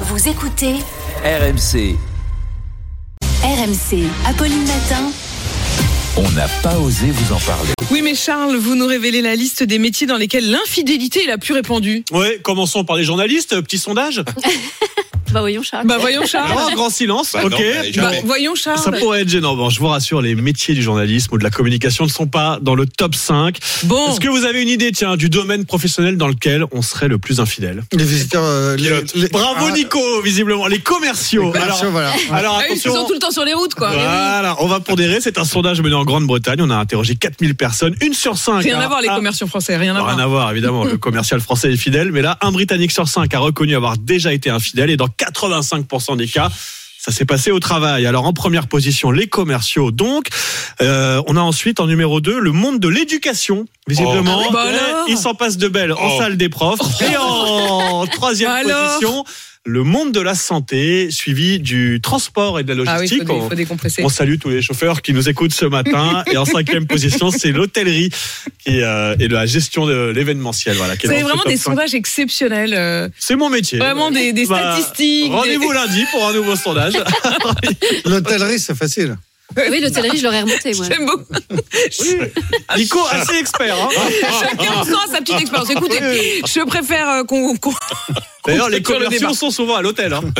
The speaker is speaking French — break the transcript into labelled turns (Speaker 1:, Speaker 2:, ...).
Speaker 1: Vous écoutez
Speaker 2: RMC,
Speaker 1: RMC. Apolline Matin.
Speaker 2: on n'a pas osé vous en parler.
Speaker 3: Oui, mais Charles, vous nous révélez la liste des métiers dans lesquels l'infidélité est la plus répandue.
Speaker 4: Ouais, commençons par les journalistes. euh, Petit sondage.
Speaker 1: Bah voyons Charles.
Speaker 3: Bah voyons Charles.
Speaker 4: Grand, grand silence.
Speaker 5: Bah non,
Speaker 4: ok.
Speaker 5: bah,
Speaker 3: Bah,
Speaker 5: jamais.
Speaker 3: voyons
Speaker 4: Ça
Speaker 3: Charles.
Speaker 4: pourrait être gênant. Bon, je vous rassure, les métiers du journalisme ou de la communication ne sont pas dans le top 5.
Speaker 3: Bon,
Speaker 4: Est-ce que vous avez une idée, tiens, du domaine professionnel dans lequel on serait le plus infidèle
Speaker 6: Les visiteurs. euh, les,
Speaker 5: Pilote.
Speaker 6: les-
Speaker 4: Bravo,
Speaker 6: Ah,
Speaker 4: Nico, visiblement. Les commerciaux.
Speaker 6: les commerciaux,
Speaker 4: Alors,
Speaker 6: voilà.
Speaker 4: alors
Speaker 3: Ah oui, ils sont
Speaker 4: attention. Ah,
Speaker 3: tout le temps sur les routes, quoi.
Speaker 4: Voilà, on va pondérer. C'est un sondage mené en Grande-Bretagne. On a interrogé 4000 personnes, une sur cinq.
Speaker 3: Rien
Speaker 4: a-
Speaker 3: à voir les
Speaker 4: a-
Speaker 3: commerciaux français, rien à
Speaker 4: ah, Rien
Speaker 3: voir.
Speaker 4: à voir, évidemment. Le commercial français est fidèle, mais là, un Britannique sur cinq a reconnu avoir déjà été infidèle et dans 85% des cas, ça s'est passé au travail. Alors, en première position, les commerciaux, donc. Euh, on a ensuite, en numéro 2, le monde de l'éducation. Visiblement,
Speaker 3: Oh. Ah oui, bah
Speaker 4: Ouais,
Speaker 3: alors
Speaker 4: il s'en passe de belles en
Speaker 5: Oh.
Speaker 4: salle des profs. Et en troisième
Speaker 3: Bah alors
Speaker 4: position, le monde de la santé, suivi du transport et de la
Speaker 3: Ah oui,
Speaker 4: logistique.
Speaker 3: il faut, dé-
Speaker 4: On-
Speaker 3: faut décompresser.
Speaker 4: on salue tous les chauffeurs qui nous écoutent ce matin. Et en cinquième position, c'est l'hôtellerie qui, euh, et la gestion de l'événementiel. Voilà, qui est
Speaker 3: C'est
Speaker 4: dans ce
Speaker 3: vraiment
Speaker 4: top
Speaker 3: des
Speaker 4: 5.
Speaker 3: sondages exceptionnels. euh,
Speaker 4: C'est mon métier.
Speaker 3: Vraiment des, des
Speaker 4: Bah,
Speaker 3: statistiques. des-
Speaker 4: Rendez-vous lundi pour un nouveau sondage.
Speaker 6: L'hôtellerie, c'est facile.
Speaker 1: Oui, l'hôtellerie, je l'aurais remonté, moi.
Speaker 3: J'aime beaucoup.
Speaker 4: Nico, assez expert. hein.
Speaker 3: Chacun sent sa
Speaker 4: ah,
Speaker 3: petite expérience. Écoutez, je préfère euh, qu'on qu'on-
Speaker 4: D'ailleurs, les
Speaker 3: Sur le débat.
Speaker 4: commerciaux sont souvent à l'hôtel. hein.